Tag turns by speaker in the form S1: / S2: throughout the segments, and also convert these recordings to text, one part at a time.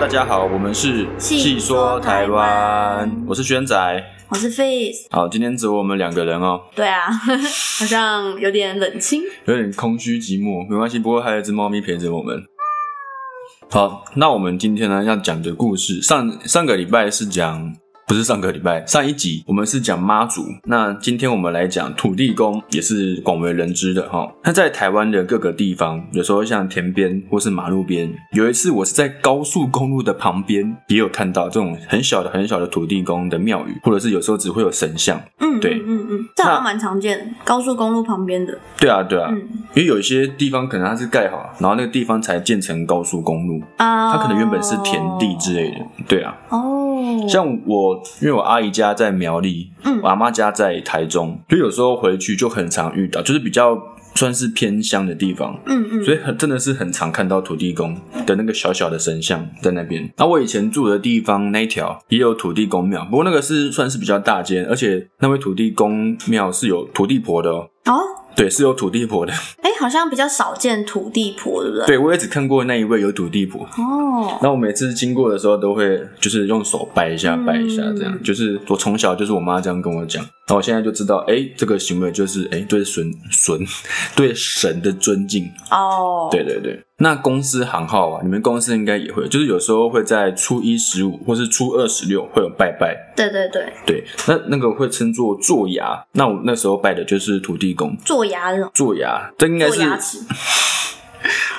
S1: 大家好，我们是
S2: 细说台湾
S1: 我是轩仔。
S2: 我是 Face，
S1: 好，今天只有我们两个人哦，
S2: 对啊， 好像有点冷清。
S1: 有点空虚寂寞，没关系，不过还有一只猫咪陪着我们。好，那我们今天呢要讲的故事，上上个礼拜是讲，不是上个礼拜，上一集我们是讲妈祖，那今天我们来讲土地公，也是广为人知的哈、那在台湾的各个地方，有时候像田边或是马路边，有一次我是在高速公路的旁边，也有看到这种很小的很小的土地公的庙宇，或者是有时候只会有神像。
S2: 嗯，
S1: 对
S2: 嗯嗯嗯，这好
S1: 那
S2: 像蛮常见的，高速公路旁边的。
S1: 对啊，对啊，
S2: 嗯
S1: 因为有一些地方可能它是盖好，然后那个地方才建成高速公路，
S2: 啊，
S1: 它可能原本是田地之类的。对啊，
S2: 哦，
S1: 像我，因为我阿姨家在苗栗，
S2: 嗯
S1: 我阿妈家在台中，就有时候回去就很常遇到，就是比较算是偏乡的地方。
S2: 嗯嗯，
S1: 所以很真的是很常看到土地公的那个小小的神像在那边。那我以前住的地方那一条也有土地公庙，不过那个是算是比较大间，而且那位土地公庙是有土地婆的哦，
S2: 哦，
S1: 对，是有土地婆的。
S2: 哎，好像比较少见土地婆，对不对？
S1: 对，我也只看过那一位有土地婆。
S2: 哦，
S1: 那我每次经过的时候，都会就是用手掰一下，
S2: 嗯
S1: 掰一下，这样。就是我从小就是我妈这样跟我讲，那我现在就知道，哎、这个行为就是哎、对神神对神的尊敬。
S2: 哦，
S1: 对，对对。那公司行号啊，你们公司应该也会，就是有时候会在初一十五或是初二十六会有拜拜，
S2: 对对对，
S1: 对，那那个会称作做牙。那我那时候拜的就是土地公。
S2: 做牙那种，
S1: 做牙，这应该
S2: 做
S1: 是
S2: 牙齿。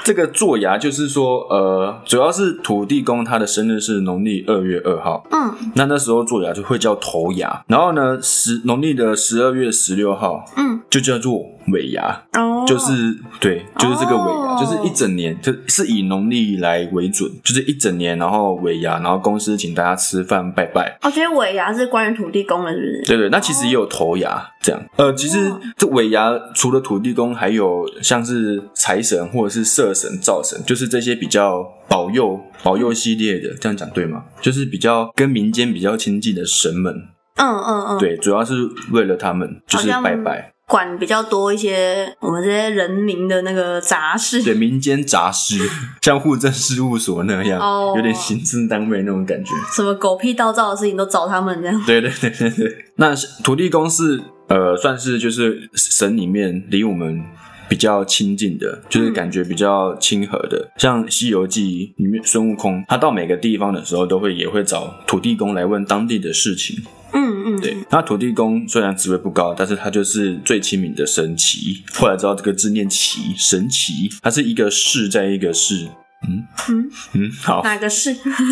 S1: 这个做牙就是说，呃，主要是土地公他的生日是农历二月二号，
S2: 嗯
S1: 那那时候做牙就会叫头牙，然后呢，十农历的十二月十六号
S2: 嗯，
S1: 就叫做尾牙，
S2: 哦，
S1: 就是对，就是这个尾牙，
S2: 哦
S1: 就是一整年，就是以农历来为准，就是一整年，然后尾牙，然后公司请大家吃饭拜拜，
S2: 哦，所以尾牙是关于土地公的，是不是？
S1: 对对，那其实也有头牙这样。呃，其实
S2: 哦
S1: 这尾牙除了土地公，还有像是财神或者是社神、灶神，就是这些比较保佑保佑系列的，这样讲对吗？就是比较跟民间比较亲近的神们，
S2: 嗯嗯嗯，，
S1: 对，主要是为了他们就是
S2: 好像
S1: 拜拜，
S2: 管比较多一些我们这些人民的那个杂事。
S1: 对民间杂 事，像户政事务所那样，
S2: 哦
S1: 有点行政单位那种感觉。
S2: 什么狗屁倒灶的事情都找他们这样。
S1: 对对对对对，那土地公是呃，算是就是神里面离我们比较亲近的，就是感觉比较亲和的。像《西游记》里面孙悟空，他到每个地方的时候，都会也会找土地公来问当地的事情。
S2: 嗯嗯，
S1: 对，那土地公虽然职位不高，但是他就是最亲民的神祇。后来知道这个字念祇，神祇，它是一个市在一个市。嗯
S2: 嗯
S1: 嗯，好，
S2: 哪个是？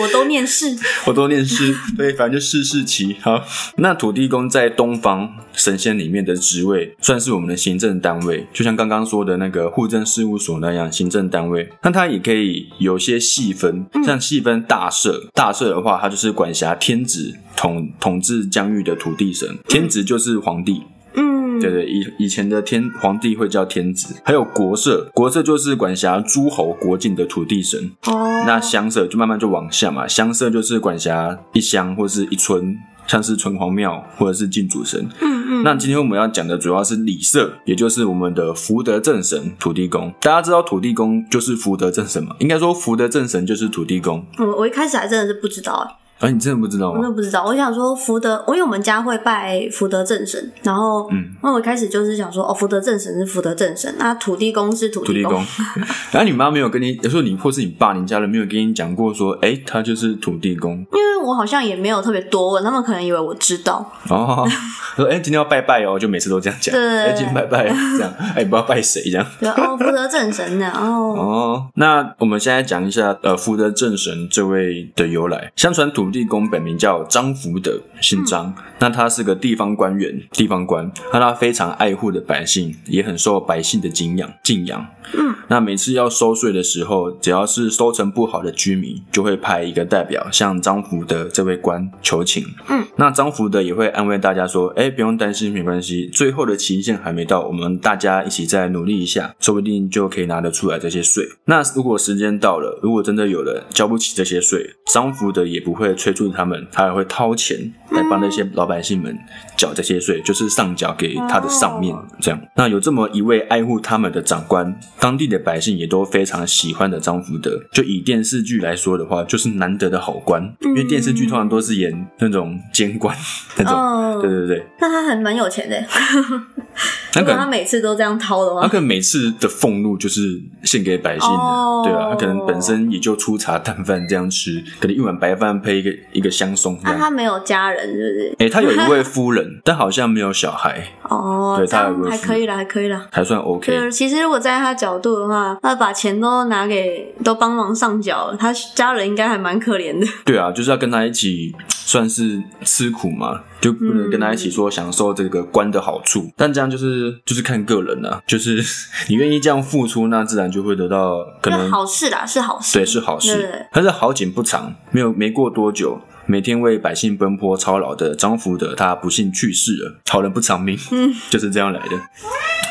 S2: 我都 念是。
S1: 我都念诗，对，反正就事事齐。好，那土地公在东方神仙里面的职位，算是我们的行政单位，就像刚刚说的那个户政事务所那样，行政单位。那它也可以有些细分，
S2: 嗯
S1: 像细分大社，大社的话，它就是管辖天子统统治疆域的土地神，天子就是皇帝。
S2: 嗯，
S1: 对对，以以前的天皇帝会叫天子，还有国社，国社就是管辖诸侯国境的土地神。
S2: 哦，
S1: 那乡社就慢慢就往下嘛，乡社就是管辖一乡或是一村，像是城隍庙或者是进主神。
S2: 嗯嗯，
S1: 那今天我们要讲的主要是李社，也就是我们的福德正神土地公。大家知道土地公就是福德正神嘛？应该说福德正神就是土地公。
S2: 嗯我我一开始还真的是不知道
S1: 啊，
S2: 哎、
S1: 你真的不知道
S2: 我真
S1: 吗？
S2: 的不知道。我想说福德，我因为我们家会拜福德正神，然后
S1: 嗯，
S2: 那我一开始就是想说哦，福德正神是福德正神，那土地公是土
S1: 土地
S2: 公。
S1: 公。 然后你妈没有跟你，有时候你或是你爸、你家人没有跟你讲过说，哎、他就是土地公
S2: 因为我好像也没有特别多问，他们可能以为我知道。
S1: 哦。 说哎、诶今天要拜拜哦，就每次都这样讲，
S2: 对
S1: 哎、今天拜拜哦这样，哎、不知道拜谁这样。
S2: 对 哦，福德正神呢？哦，
S1: 哦，那我们现在讲一下呃福德正神这位的由来。相传土地公本名叫张福德，姓张，那他是个地方官员，地方官，那他非常爱护的百姓，也很受百姓的敬仰敬仰。
S2: 嗯，
S1: 那每次要收税的时候，只要是收成不好的居民，就会派一个代表向张福德这位官求情。
S2: 嗯，
S1: 那张福德也会安慰大家说：“哎，不用担心，没关系，最后的期限还没到，我们大家一起再努力一下，说不定就可以拿得出来这些税。那如果时间到了，如果真的有人交不起这些税，张福德也不会催促他们，他还会掏钱来帮那些老百姓们缴这些税，就是上缴给他的上面
S2: 哦
S1: 这样。那有这么一位爱护他们的长官，当地的百姓也都非常喜欢的张福德。就以电视剧来说的话，就是难得的好官，因为电视
S2: 嗯
S1: 剧通常都是演那种监 官那哦种。对对
S2: 嗯，
S1: 对，
S2: 那他还蛮有钱 的。
S1: 那可
S2: 如果他
S1: 能
S2: 每次都这样掏的
S1: 他
S2: 话，
S1: 可能每次的俸禄就是献给百姓的，
S2: 哦
S1: 对啊，他可能本身也就粗茶淡饭这样吃，可能一碗白饭配一个一个香松这
S2: 那
S1: 样。
S2: 啊他没有家人，是不是？
S1: 哎、他有一位夫人，但好像没有小孩，
S2: 哦，
S1: 对
S2: 这
S1: 他有
S2: 样
S1: 个
S2: 还
S1: 夫
S2: 可以啦，还可以啦。
S1: 还 算 OK。
S2: 对，其实如果在他角度的话，他把钱都拿给都帮忙上缴了，他家人应该还蛮可怜的。
S1: 对啊，就是要跟他一起算是吃苦嘛，就不能跟他
S2: 嗯
S1: 一起说享受这个官的好处。但这样就是就是看个人啊，就是 你愿意这样付出，那自然就会得到可
S2: 那
S1: 能
S2: 好事啦，是好事。
S1: 对是好
S2: 对对对
S1: 事。但是好景不长，没有没过多久。每天为百姓奔波操劳的张福德，他不幸去世了，好人不长命，
S2: 嗯，
S1: 就是这样来的。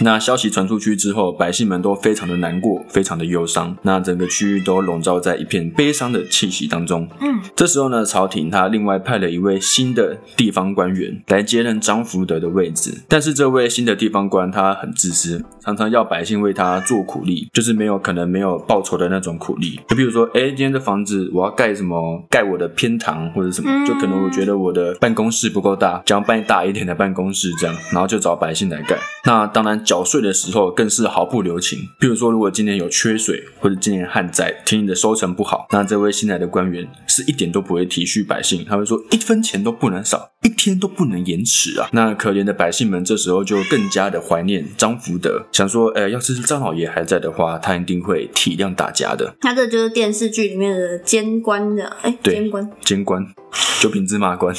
S1: 那消息传出去之后，百姓们都非常的难过，非常的忧伤。那整个区域都笼罩在一片悲伤的气息当中。
S2: 嗯，
S1: 这时候呢，朝廷他另外派了一位新的地方官员来接任张福德的位置。但是这位新的地方官他很自私，常常要百姓为他做苦力，就是没有可能没有报酬的那种苦力。就比如说，哎，今天这房子我要盖什么？盖我的偏堂或者什么？
S2: 嗯
S1: 就可能我觉得我的办公室不够大，想要办大一点的办公室这样，然后就找百姓来盖。那当然缴税的时候更是毫不留情。比如说，如果今年有缺水或者今年旱灾，田里的收成不好，那这位新来的官员是一点都不会体恤百姓，他会说一分钱都不能少，一天都不能延迟啊。那可怜的百姓们这时候就更加的怀念张福德，想说，呃，要是张老爷还在的话，他一定会体谅大家的。
S2: 他这就是电视剧里面的监官的，哎、
S1: 对
S2: 监官，
S1: 监官，九品芝麻官。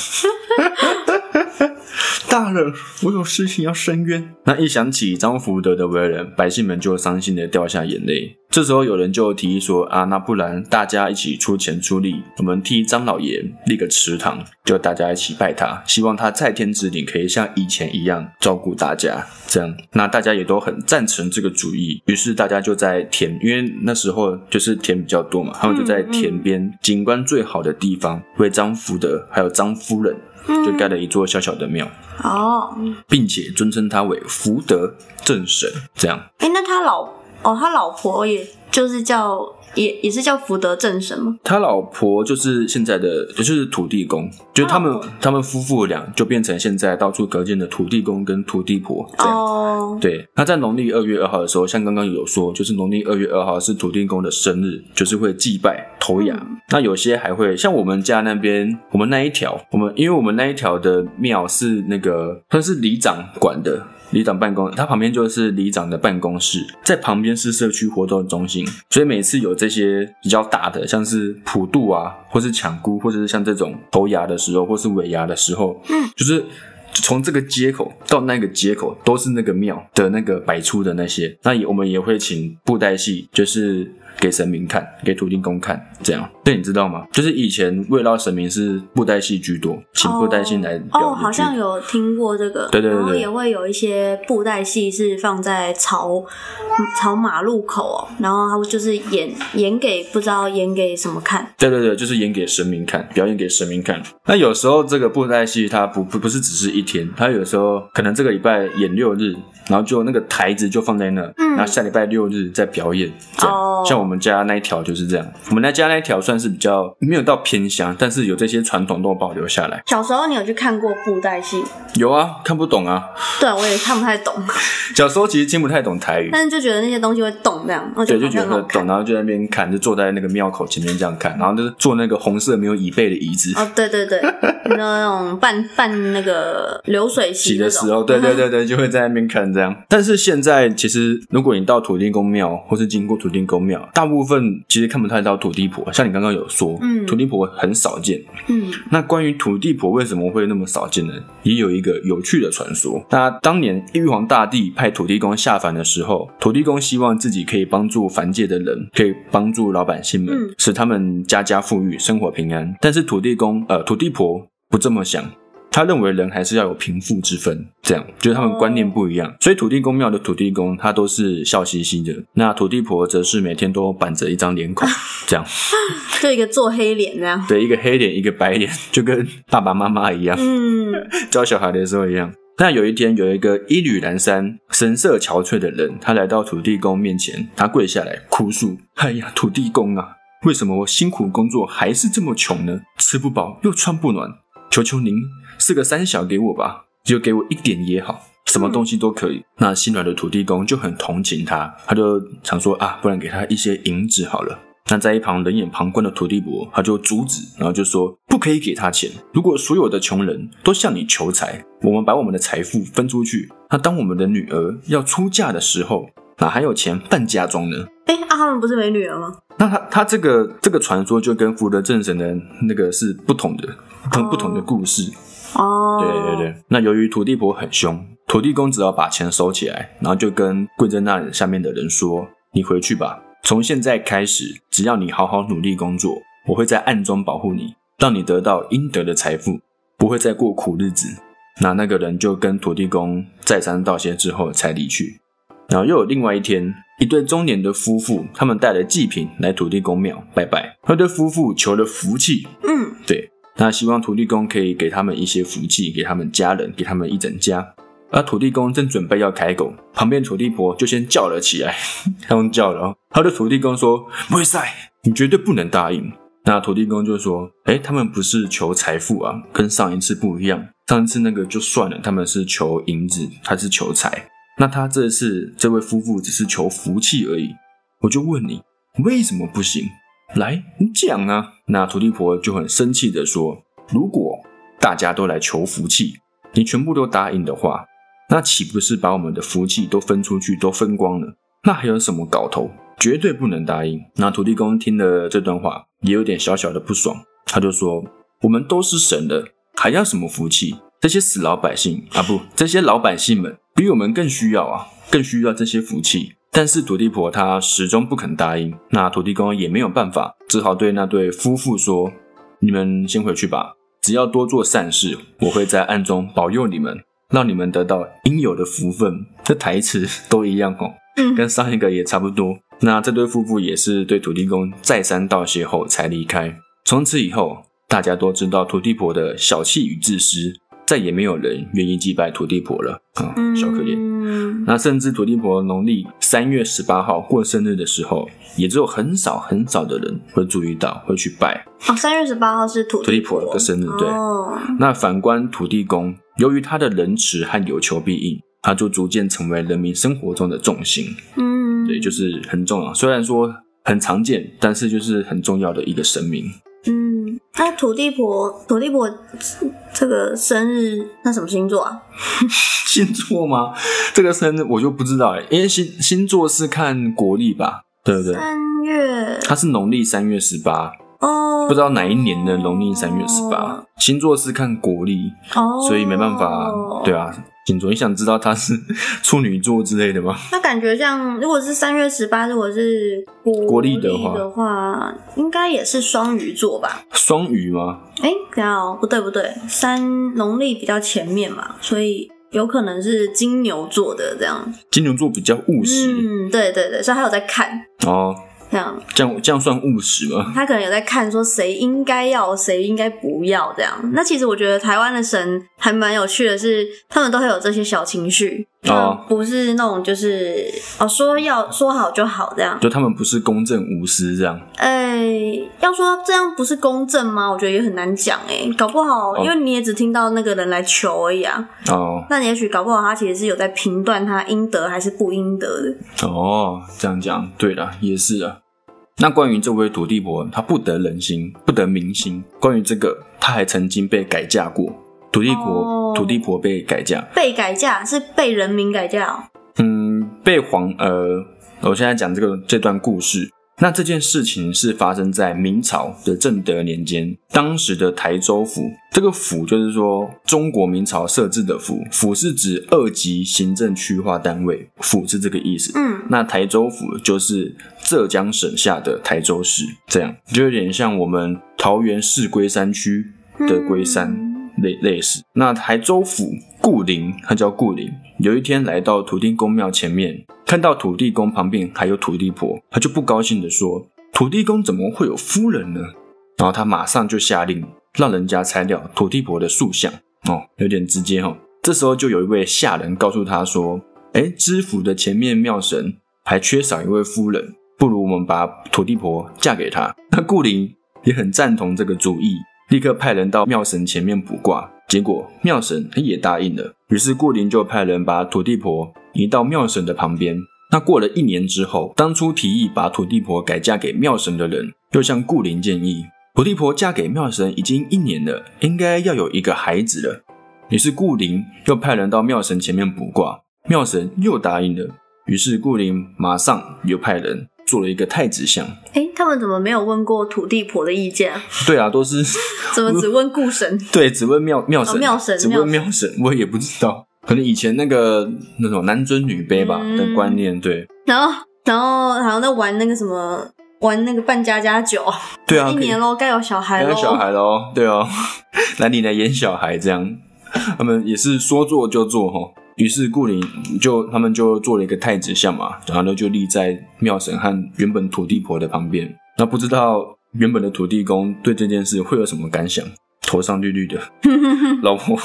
S1: 大人，我有事情要申冤。那一想起张福德的为人，百姓们就伤心的掉下眼泪。这时候有人就提议说啊，那不然大家一起出钱出力，我们替张老爷立个祠堂，就大家一起拜他，希望他在天之灵可以像以前一样照顾大家。这样，那大家也都很赞成这个主意，于是大家就在田，因为那时候就是田比较多嘛，他们就在
S2: 嗯嗯
S1: 田边景观最好的地方，为张福德还有张夫人就盖了一座小小的庙。
S2: 嗯哦，
S1: 并且尊称他为福德正神。这样，
S2: 哎、那他老哦，他老婆也就是叫也也是叫福德正神吗？
S1: 他老婆就是现在的，就是土地公，就是他们
S2: 哦
S1: 他们夫妇俩就变成现在到处可见的土地公跟土地婆这样。
S2: 哦，
S1: 对，那在农历二月二号的时候，像刚刚有说，就是农历二月二号是土地公的生日，就是会祭拜头牙。那有些还会像我们家那边，我们那一条，我们因为我们那一条的庙是那个算是里长管的。里长办公，它旁边就是里长的办公室，在旁边是社区活动中心，所以每次有这些比较大的，像是普渡啊，或是抢孤，或者是像这种头牙的时候，或是尾牙的时候，就是从这个街口到那个街口都是那个庙的那个摆出的那些，那也我们也会请布袋戏，就是给神明看，给土地公看，这样。对，你知道吗？就是以前慰劳神明是布袋戏居多，请布袋戏来表演、
S2: 哦，好像。有听过这个，
S1: 对对对对
S2: 然后也会有一些布袋戏是放在朝朝马路口哦，然后他们就是演演给不知道演给什么看，
S1: 对对对，就是演给神明看，表演给神明看。那有时候这个布袋戏它不不不是只是一天，它有时候可能这个礼拜演六日，然后就那个台子就放在那，
S2: 嗯
S1: 然后下礼拜六日再表演。这样，
S2: 哦
S1: 像我们家那一条就是这样。我们那家那一条算是比较没有到偏乡，但是有这些传统都保留下来。
S2: 小时候你有去看过布袋戏？
S1: 有啊，看不懂啊，
S2: 对我也看不太懂，
S1: 小时候其实听不太懂台语。
S2: 但是就觉得那些东西会动这样，我
S1: 对，就
S2: 好
S1: 觉
S2: 像
S1: 得
S2: 很
S1: 懂，
S2: 好嗯看。
S1: 然后就在那边看，就坐在那个庙口前面这样看，然后就是坐那个红色没有椅背的椅子，
S2: 哦，对对对，那种半半那个流水席
S1: 洗
S2: 那
S1: 的
S2: 种
S1: 时候，对对 对对，就会在那边看这样。但是现在其实，如果你到土地公庙或是经过土地公庙，大部分其实看不太到土地婆，像你刚刚有说，
S2: 嗯
S1: 土地婆很少见。
S2: 嗯，
S1: 那关于土地婆为什么会那么少见呢？也有一个有趣的传说。那当年玉皇大帝派土地公下凡的时候，土地公希望自己可以帮助凡界的人，可以帮助老百姓们，
S2: 嗯
S1: 使他们家家富裕，生活平安。但是土地公呃土地婆不这么想。他认为人还是要有贫富之分，这样就是他们观念不一样。所以土地公庙的土地公他都是笑嘻嘻的，那土地婆则是每天都板着一张脸孔，这样
S2: 就一个做黑脸这样。
S1: 对一个黑脸一个白脸，就跟爸爸妈妈一样。
S2: 嗯，
S1: 教小孩的时候一样。那有一天，有一个衣履褴褛、神色憔悴的人，他来到土地公面前，他跪下来哭诉：“哎呀，土地公啊，为什么我辛苦工作还是这么穷呢？吃不饱又穿不暖，求求您赐个三小给我吧，就给我一点也好，什么东西都可以。那心软的土地公就很同情他，他就想说啊，不然给他一些银子好了。那在一旁冷眼旁观的土地伯，他就阻止，然后就说：“不可以给他钱。如果所有的穷人都向你求财，我们把我们的财富分出去，那当我们的女儿要出嫁的时候，哪还有钱办嫁妆呢？”
S2: 哎、啊，他们不是没女儿吗？
S1: 那他他这个这个传说就跟福德正神的那个是不同的， 不不同的故事。
S2: 哦，
S1: 对对，对，那由于土地婆很凶，土地公只好把钱收起来，然后就跟跪在那里下面的人说：“你回去吧，从现在开始，只要你好好努力工作，我会在暗中保护你，让你得到应得的财富，不会再过苦日子。”那那个人就跟土地公再三道谢之后才离去。然后又有另外一天，一对中年的夫妇，他们带了祭品来土地公庙拜拜。那对夫妇求了福气，
S2: 嗯，
S1: 对，那希望土地公可以给他们一些福气，给他们家人，给他们一整家。而土地公正准备要开口，旁边土地婆就先叫了起来，他用叫了哦，他对土地公说：“不会赛，你绝对不能答应。”那土地公就说：“哎，他们不是求财富啊，跟上一次不一样。上一次那个就算了，他们是求银子，他是求财。那他这次这位夫妇只是求福气而已。我就问你，为什么不行？来，你讲啊！那土地婆就很生气的说：“如果大家都来求福气，你全部都答应的话，那岂不是把我们的福气都分出去，都分光了？那还有什么搞头？绝对不能答应！”那土地公听了这段话，也有点小小的不爽，他就说：“我们都是神的，还要什么福气？这些死老百姓啊，不，这些老百姓们比我们更需要啊，更需要这些福气。但是土地婆她始终不肯答应，那土地公也没有办法，只好对那对夫妇说：“你们先回去吧，只要多做善事，我会在暗中保佑你们，让你们得到应有的福分。”这台词都一样哦，
S2: 嗯
S1: 跟上一个也差不多。那这对夫妇也是对土地公再三道谢后才离开。从此以后，大家都知道土地婆的小气与自私，再也没有人愿意祭拜土地婆了。啊、
S2: 嗯，
S1: 小可怜。
S2: 怜。
S1: 那甚至土地婆农历三月十八号过生日的时候，也只有很少很少的人会注意到，会去拜。
S2: 哦，三月十八号是土
S1: 土地
S2: 婆
S1: 婆的生日对
S2: 哦，
S1: 那反观土地公，由于他的仁慈和有求必应，他就逐渐成为人民生活中的重心。
S2: 嗯，
S1: 对，就是很重要。虽然说很常见，但是就是很重要的一个神明。
S2: 嗯，那土地婆，土地婆这个生日，那什么星座啊？
S1: 星座吗？这个生日我就不知道哎，因为星星座是看国历吧，对不对？
S2: 三月
S1: 它是农历三月十八，
S2: 哦，
S1: 不知道哪一年的农历三月十八。星座是看国历，
S2: 哦，
S1: 所以没办法，对
S2: 啊。
S1: 啊。星座，你想知道它是 处女座之类的吗？
S2: 那感觉像，如果是三月十八，如果是
S1: 国
S2: 国
S1: 历的话
S2: 的话，应该也是双鱼座吧？
S1: 双鱼吗？
S2: 哎，等一下哦，不对不对，三农历比较前面嘛，所以有可能是金牛座的这样。
S1: 金牛座比较务实、
S2: 嗯，对对对，所以他有在看，
S1: 哦，
S2: 这样
S1: 这样这样算务实吗？
S2: 他可能有在看说谁应该要，谁应该不要这样。那其实我觉得台湾的神还蛮有趣的是，他们都会有这些小情绪，
S1: 哦
S2: 哦、不是那种就是哦说要说好就好这样。
S1: 就他们不是公正无私这样，
S2: 哎，要说这样不是公正吗？我觉得也很难讲哎，搞不好
S1: 哦
S2: 因为你也只听到那个人来求而已啊。
S1: 哦
S2: 那也许搞不好他其实是有在评断他应得还是不应得的。
S1: 哦，这样讲，对了，也是啊。那关于这位土地婆，她不得人心，不得民心。关于这个，她还曾经被改嫁过。土地婆，
S2: 哦
S1: 土地婆被改嫁，
S2: 被改嫁是被人民改嫁哦。
S1: 嗯，被皇呃，我现在讲这个这段故事。那这件事情是发生在明朝的正德年间，当时的台州府，这个府就是说中国明朝设置的府，府是指二级行政区划单位，府是这个意思。
S2: 嗯，
S1: 那台州府就是浙江省下的台州市，这样就有点像我们桃园市龟山区的龟山，
S2: 嗯
S1: 类类似。那台州府顾灵，他叫顾灵，有一天来到土地公庙前面，看到土地公旁边还有土地婆，他就不高兴地说：“土地公怎么会有夫人呢？”然后他马上就下令让人家拆掉土地婆的塑像。哦，有点直接哦。这时候就有一位下人告诉他说：“哎，知府的前面庙神还缺少一位夫人，不如我们把土地婆嫁给他。” 那顾灵也很赞同这个主意，立刻派人到庙神前面卜卦。结果庙神也答应了，于是顾灵就派人把土地婆移到庙神的旁边。那过了一年之后，当初提议把土地婆改嫁给庙神的人，又向顾灵建议，土地婆嫁给庙神已经一年了，应该要有一个孩子了。于是顾灵又派人到庙神前面卜卦，庙神又答应了。于是顾灵马上又派人做了一个太子像。
S2: 哎，他们怎么没有问过土地婆的意见 啊？
S1: 对啊，都是
S2: 怎么只问顾神？
S1: 对，只问庙庙神，啊
S2: 哦庙神
S1: 只问庙神，我也不知道，可能以前那个那种男尊女卑吧、
S2: 嗯
S1: 的观念，对
S2: 然后，然后好像在玩那个什么，玩那个扮家家酒，
S1: 对啊，
S2: 一
S1: 可以
S2: 年喽，该有小孩
S1: 还
S2: 喽
S1: 有。小孩喽，对哦， 来你来演小孩这样，他们也是说做就做哈。于是顾灵就他们就做了一个太子像嘛，然后就立在庙神和原本土地婆的旁边。那不知道原本的土地公对这件事会有什么感想？头上绿 绿的，老婆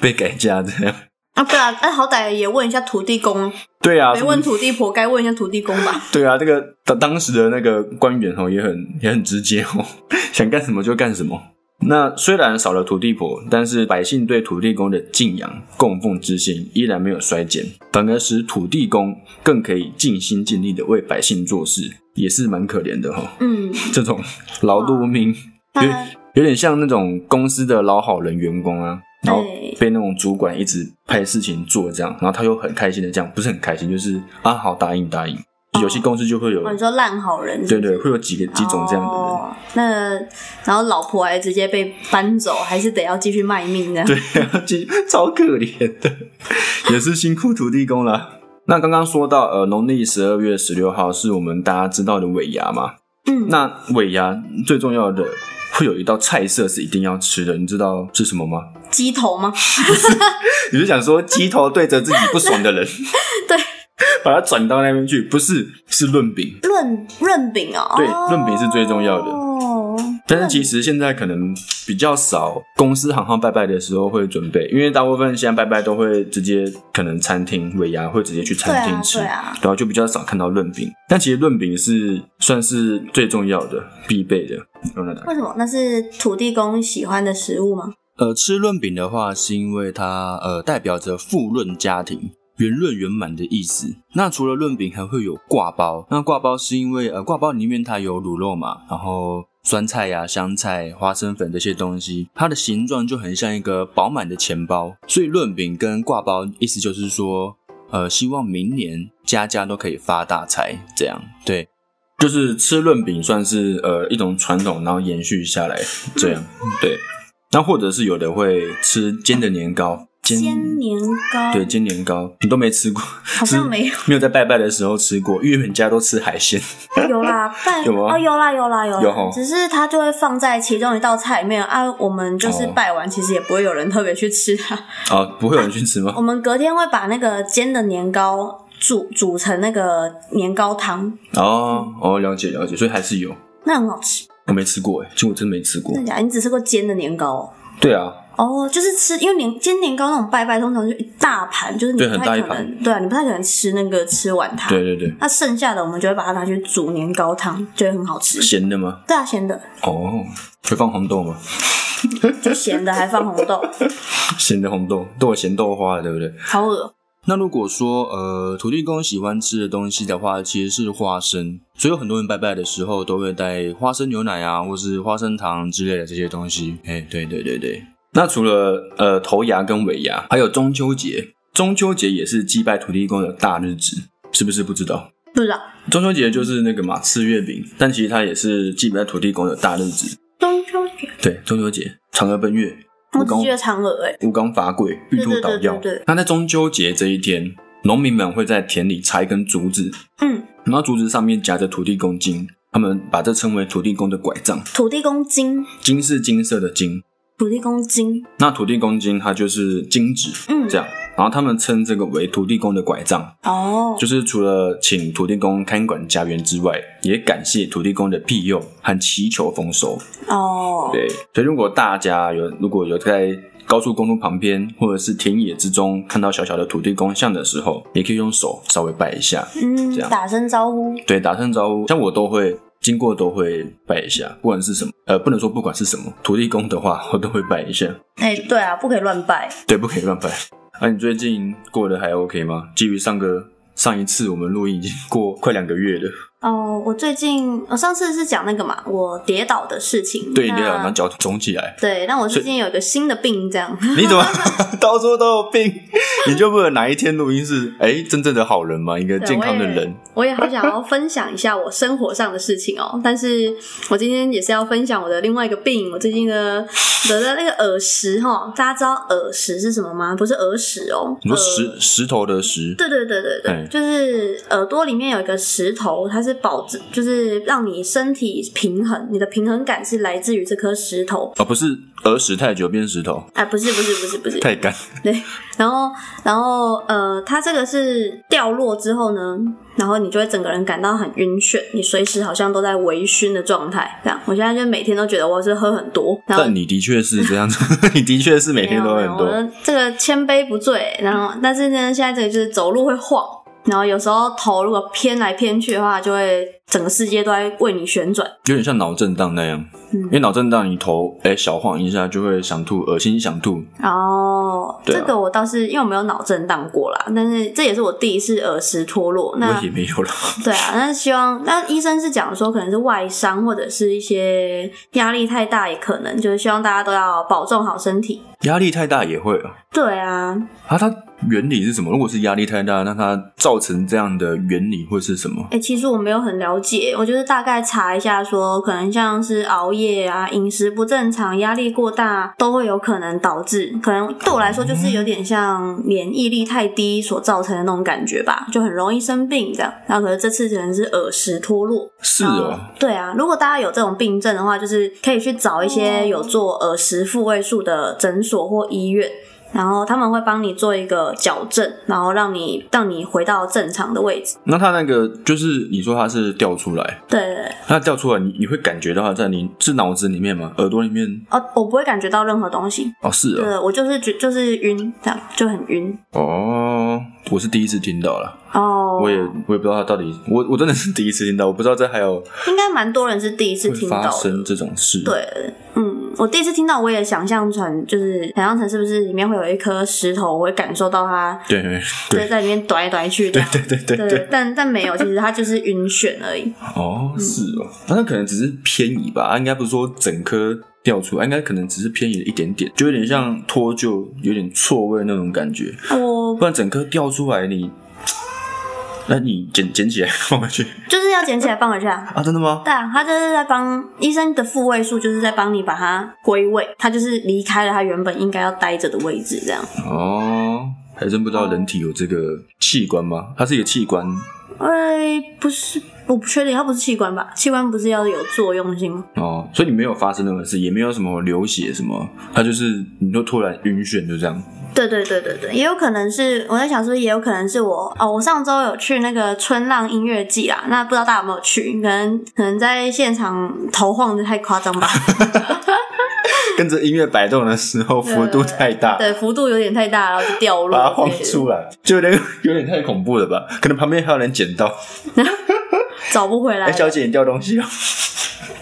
S1: 被改嫁这样。
S2: 啊，对啊，哎，好歹也问一下土地公，
S1: 对啊，
S2: 没问土地婆，该问一下土地公 吧。
S1: 对啊，这个当当时的那个官员哦，也很也很直接哦， 想干什么就干什么。那虽然少了土地婆，但是百姓对土地公的敬仰、供奉之心依然没有衰减，反而使土地公更可以尽心尽力的为百姓做事，也是蛮可怜的哈、哦。
S2: 嗯，
S1: 这种劳碌命，
S2: 那
S1: 有有点像那种公司的老好人员工啊，然后
S2: 对
S1: 被那种主管一直派事情做这样，然后他又很开心的这样，不是很开心，就是啊好答应答应。有些公司就会有
S2: 哦，你说烂好人是
S1: 对
S2: 不
S1: 对，
S2: 是，
S1: 会有几个几种这样的人。
S2: 哦、那然后老婆还直接被搬走，还是得要继续卖命的。
S1: 对 啊，其实超可怜的， 也是辛苦土地公了。那刚刚说到，呃，农历十二月十六号是我们大家知道的尾牙嘛？
S2: 嗯，
S1: 那尾牙最重要的会有一道菜色是一定要吃的，你知道是什么吗？
S2: 鸡头吗？，
S1: 你就想说鸡头对着自己不爽的人
S2: 对，
S1: 把它转到那边去，不是，是润饼。
S2: 润润饼哦，
S1: 对
S2: 哦
S1: 润饼是最重要的
S2: 哦，
S1: 但是其实现在可能比较少，公司行号拜拜的时候会准备，因为大部分现在拜拜都会直接可能餐厅尾牙会直接去
S2: 对
S1: 餐厅
S2: 啊
S1: 吃，
S2: 对啊，
S1: 然后就比较少看到润饼。但其实润饼是算是最重要的必备的。啊用来打
S2: 为什么？那是土地公喜欢的食物吗？
S1: 呃，吃润饼的话，是因为它呃代表着富润家庭。圆润圆满的意思。那除了润饼，还会有挂包。那挂包是因为呃，挂包里面它有卤肉嘛，然后酸菜呀、香菜、花生粉这些东西，它的形状就很像一个饱满的钱包。所以润饼跟挂包意思就是说，呃，希望明年家家都可以发大财，这样对。就是吃润饼算是呃一种传统，然后延续下来这样对。那或者是有的会吃煎的年糕，
S2: 煎年糕，
S1: 对，，煎年糕你都没吃过，
S2: 好像没有，
S1: 没有在拜拜的时候吃过，因为我们家都吃海鲜。
S2: 有啦， 拜
S1: 有吗
S2: 哦，有啦，有啦，有啦，
S1: 有吼
S2: 只是它就会放在其中一道菜里面啊。我们就是
S1: 哦
S2: 拜完，其实也不会有人特别去吃它。
S1: 啊，不会有人去吃吗
S2: 我？们隔天会把那个煎的年糕煮煮成那个年糕汤，
S1: 哦哦，了解了解，所以还是有，
S2: 那很好吃。
S1: 我没吃过哎，其实我真没吃过
S2: 真。的假的？你只吃过煎的年糕哦？
S1: 对啊，
S2: 哦，就是吃，因为年煎年糕那种拜拜，通常就一大盘，就是你
S1: 对
S2: 不
S1: 很
S2: 太
S1: 大一
S2: 可能，
S1: 盘
S2: 对啊，你不太可能吃那个吃完它。
S1: 对对对，
S2: 那剩下的我们就会把它拿去煮年糕汤，就会很好吃。
S1: 咸的吗？
S2: 对啊，咸的
S1: 哦，会放红豆吗？
S2: 就咸的，还放红 豆，
S1: 咸的红豆，都有咸豆花的，对不对？
S2: 好恶。
S1: 那如果说呃土地公喜欢吃的东西的话，其实是花生，所以有很多人拜拜的时候都会带花生牛奶啊，或是花生糖之类的这些东西。哎、对对对对。那除了呃头牙跟尾牙，还有中秋节，中秋节也是祭拜土地公的大日子，是不是不知道？
S2: 不知道
S1: 中秋节就是那个嘛吃月饼，但其实它也是祭拜土地公的大日子。
S2: 中秋节，
S1: 对，中秋节嫦娥奔月，
S2: 我
S1: 武
S2: 只
S1: 功
S2: 记得嫦娥哎、
S1: 吴刚伐桂，玉兔捣药
S2: 对对对对对。
S1: 那在中秋节这一天，农民们会在田里插一根竹子，
S2: 嗯，
S1: 然后竹子上面夹着土地公金，他们把这称为土地公的拐杖。
S2: 土地公金
S1: 金是金色的金，
S2: 土地公金，
S1: 那土地公经它就是金纸
S2: 嗯，
S1: 这样，然后他们称这个为土地公的拐杖，
S2: 哦，
S1: 就是除了请土地公看管家园之外，也感谢土地公的庇佑和祈求丰收。
S2: 哦，
S1: 对，所以如果大家有如果有在高速公路旁边或者是田野之中看到小小的土地公像的时候，也可以用手稍微拜一下，
S2: 嗯
S1: 这，样
S2: 打声招呼，
S1: 对，打声招呼。像我都会经过都会拜一下，不管是什么，呃，不能说不管是什么土地公的话，我都会拜一下。
S2: 哎、对啊，不可以乱拜。
S1: 对，不可以乱拜。啊，你最近过得还 OK 吗？基于上个上一次我们录音已经过快两个月了，
S2: 哦，我最近我上次是讲那个嘛，我跌倒的事情。
S1: 对，
S2: 那
S1: 你两张脚肿起来，
S2: 对，那我最近有一个新的病，这样。
S1: 你怎么 到处都有病？你就不能哪一天录音是哎真正的好人嘛，一个
S2: 对
S1: 健康的
S2: 我也
S1: 人。
S2: 我也好想要分享一下我生活上的事情哦，但是我今天也是要分享我的另外一个病，我最近呢得了那个耳石哈，大家知道耳石是什么吗？不是耳屎哦，
S1: 你说
S2: 耳
S1: 石石头的石，
S2: 对对对对
S1: 哎
S2: 对，就是耳朵里面有一个石头，它是保持，就是让你身体平衡，你的平衡感是来自于这颗石头。
S1: 哦，不是儿时太久变石头，
S2: 哎，不是不是不是不是，
S1: 太干。
S2: 然后然后呃，它这个是掉落之后呢，然后你就会整个人感到很晕眩，你随时好像都在微醺的状态。这样，我现在就每天都觉得我是喝很多，然后
S1: 但你的确是这 样子，你的确是每天都
S2: 没
S1: 很
S2: 有没有啊我
S1: 多。
S2: 的这个千杯不醉，然后但是呢，现在这个就是走路会晃，然后有时候头如果偏来偏去的话，就会整个世界都在为你旋转。
S1: 有点像脑震荡那样，
S2: 嗯
S1: 因为脑震荡你头哎、小晃一下就会想吐，恶心想吐。
S2: 哦，
S1: 对啊
S2: 这个我倒是因为我没有脑震荡过啦，但是这也是我第一次耳石脱落。那
S1: 我也没有了，
S2: 对啊，那希望那医生是讲说可能是外伤或者是一些压力太大，也可能就是希望大家都要保重好身体。
S1: 压力太大也会啊。
S2: 对啊，
S1: 啊，它原理是什么？如果是压力太大，那它造成这样的原理会是什么？
S2: 哎、其实我没有很了解，我就是大概查一下说可能像是熬夜啊、饮食不正常、压力过大，都会有可能导致。可能对我来说，就是有点像免疫力太低所造成的那种感觉吧，就很容易生病这样。那可是这次可能是耳石脱落。
S1: 是哦，
S2: 对啊，如果大家有这种病症的话，就是可以去找一些有做耳石复位术的诊所或医院。然后他们会帮你做一个矫正，然后让你让你回到正常的位置。
S1: 那它那个就是你说它是掉出来，
S2: 对对对，
S1: 那掉出来你你会感觉到它在你是脑子里面吗？耳朵里面？
S2: 哦，我不会感觉到任何东西，
S1: 哦，是哦，
S2: 对我就是觉就是晕，这样就很晕。
S1: 哦，我是第一次听到了，
S2: 哦，
S1: 我也我也不知道它到底，我我真的是第一次听到，我不知道这还有
S2: 应该蛮多人是第一次
S1: 会
S2: 听
S1: 发
S2: 到
S1: 生
S2: 的。
S1: 这种事。，
S2: 对，嗯，我第一次听到，我也想象成就是想象成是不是里面会有一颗石头，我会感受到它
S1: 对对
S2: 就是在里面 短来短去这样。
S1: 对对对对对，
S2: 但 但没有，其实它就是晕眩而已。
S1: 哦，是哦，那它可能只是偏移吧，它应该不是说整颗掉出来，应该可能只是偏移了一点点，就有点像脱臼，有点错位那种感觉。
S2: 我
S1: 不然整颗掉出来你，那你捡捡起来放回去
S2: 就是要捡起来放回去啊。
S1: 啊？真的吗？
S2: 对啊，他就是在帮医生的复位术，就是在帮你把它归位，他就是离开了他原本应该要待着的位置，这样。
S1: 哦，还真不知道人体有这个器官吗？它是一个器官，
S2: 哎，不是，我不确定，它不是器官吧？器官不是要有作用性吗？
S1: 哦，所以你没有发生任何事，也没有什么流血什么，它就是你就突然晕眩就这样。
S2: 对对对对对，也有可能是我在想说，也有可能是我哦，我上周有去那个春浪音乐季啦，那不知道大家有没有去？可能可能在现场头晃的太夸张吧，
S1: 跟着音乐摆动的时候幅度太大，
S2: 对，幅度有点太大，然后就掉
S1: 把它
S2: 落
S1: 晃
S2: 之类的，
S1: 出来，就有点有点太恐怖了吧？可能旁边还有人捡到，
S2: 找不回来
S1: 哎、
S2: 了。
S1: 小姐你掉东西了，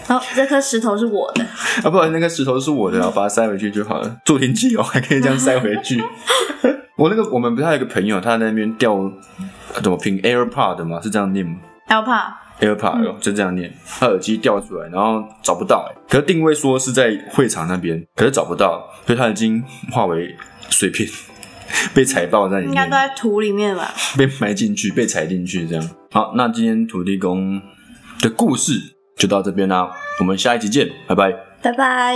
S2: 然后这颗石头是我的，
S1: 啊，不然那个石头是我的，我把它塞回去就好了。助听器哦，还可以这样塞回去。我那个我们不是还有一个朋友，他在那边掉呃怎么拼 AirPod 吗？是这样念吗
S2: a l p a
S1: ？AirPod
S2: 嗯
S1: 哦，就这样念，他耳机掉出来，然后找不到、哎可是定位说是在会场那边，可是找不到，所以他已经化为碎片， 被踩爆在里
S2: 应该
S1: 面
S2: 都。在土里面吧？
S1: 被埋进去，被踩进去，这样。好，那今天土地公的故事就到这边啦，我们下一集见，拜拜。
S2: 拜拜。